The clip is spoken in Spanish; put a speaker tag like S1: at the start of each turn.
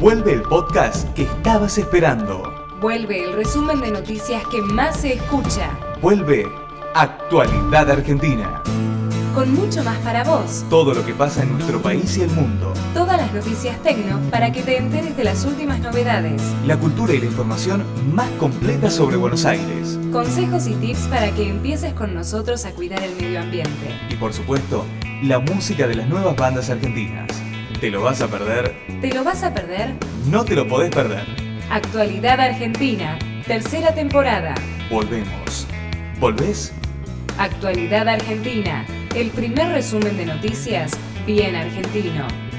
S1: Vuelve el podcast que estabas esperando.
S2: Vuelve el resumen de noticias que más se escucha,
S1: Vuelve Actualidad Argentina.
S2: con mucho más para vos.
S1: Todo lo que pasa en nuestro país y el mundo.
S2: Todas las noticias tecno para que te enteres de las últimas novedades,
S1: La cultura y la información más completa sobre Buenos Aires.
S2: consejos y tips para que empieces con nosotros a cuidar el medio ambiente.
S1: Y por supuesto, la música de las nuevas bandas argentinas. ¿Te lo vas a perder?
S2: ¿Te lo vas a perder?
S1: No te lo podés perder.
S2: Actualidad Argentina, tercera temporada.
S1: Volvemos. ¿Volvés?
S2: Actualidad Argentina, el primer resumen de noticias bien argentino.